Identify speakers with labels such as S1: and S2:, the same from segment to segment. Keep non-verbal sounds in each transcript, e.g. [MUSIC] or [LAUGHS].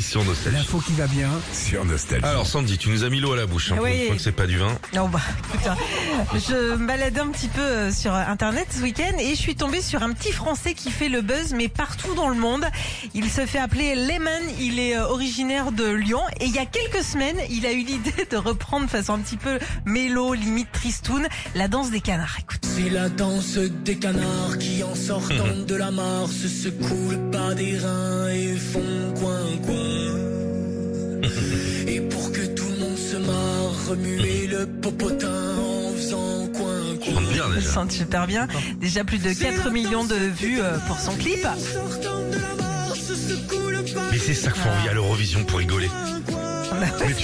S1: sur Nostalgie.
S2: L'info qui va bien. Euh,
S3: sur Nostalgie.
S1: Alors Sandy, tu nous as mis l'eau à la bouche, hein, pour
S4: Oui.
S1: une fois que c'est pas du vin.
S4: Non, bah, putain. je me baladais un petit peu euh, sur Internet ce week-end et je suis tombée sur un petit Français qui fait le buzz, mais partout dans le monde. Il se fait appeler Lehman, il est euh, originaire de Lyon et il y a quelques semaines, il a eu l'idée de reprendre façon un petit peu mélo, limite tristoun, la danse des canards. Écoute.
S5: C'est la danse des canards qui en sortant
S1: Mhm.
S5: de la mare se secouent le bas des reins et font coin coin.
S1: Mhm.
S5: et pour que tout le monde se marre, remuez le popotin en faisant coin
S1: On
S5: coin.
S1: bien
S4: Il
S1: déjà.
S4: chante super bien. Déjà plus de 4 millions de vues euh, pour son clip.
S1: Mais c'est ça que font via l'Eurovision pour rigoler. Mais tu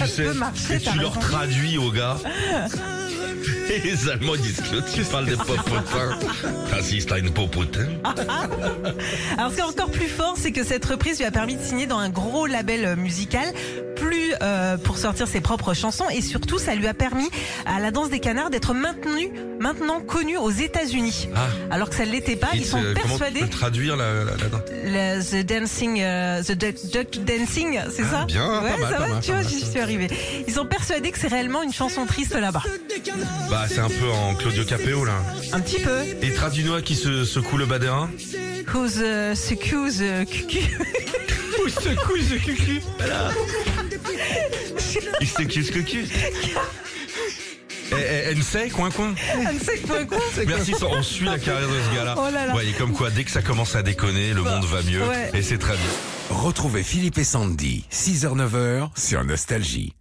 S4: Ah. Ça
S1: sais,
S4: peut marcher,
S1: et
S4: t'as
S1: tu leur
S4: raison.
S1: traduis aux gars. Et les Allemands disent que tu parles des popotins. T'assistes à une popotin.
S4: Ah. Alors ce qui est encore plus fort, c'est que cette reprise lui a permis de signer dans un gros label euh, musical, plus euh, pour sortir ses propres chansons, et surtout ça lui a permis à la danse des canards d'être maintenue, maintenant connue aux États-Unis.
S1: Ah,
S4: Alors que ça ne l'était pas,
S1: ils
S4: Ah, ils sont
S1: se- euh, comment tu peux
S4: persuadés.
S1: traduire la, la, la- la-
S4: Le- the Dancing, euh, The Duck, Duck Dancing, c'est
S1: Ah,
S4: ça
S1: bien, pas
S4: ouais,
S1: mal,
S4: ça
S1: pas
S4: va,
S1: mal,
S4: tu
S1: pas
S4: vois,
S1: mal.
S4: j'y suis arrivée. Ils sont persuadés que c'est réellement une chanson triste là-bas.
S1: Bah, c'est un peu en Claudio Capéo, là.
S4: Un petit peu.
S1: Et traduis-nous qui se secoue le badérin.
S4: Who's euh, secoue the cucu [LAUGHS]
S1: Il se que Eh, cul.
S4: [LAUGHS]
S1: Elle sait, coin coin.
S4: Un sec point con.
S1: Merci, ça- on suit la carrière de ce gars-là.
S4: Oh là là.
S1: Voyez, comme quoi, dès que ça commence à déconner, le monde va mieux.
S4: Ouais.
S1: Et c'est très bien.
S3: Retrouvez Philippe et Sandy, 6h-9h sur Nostalgie.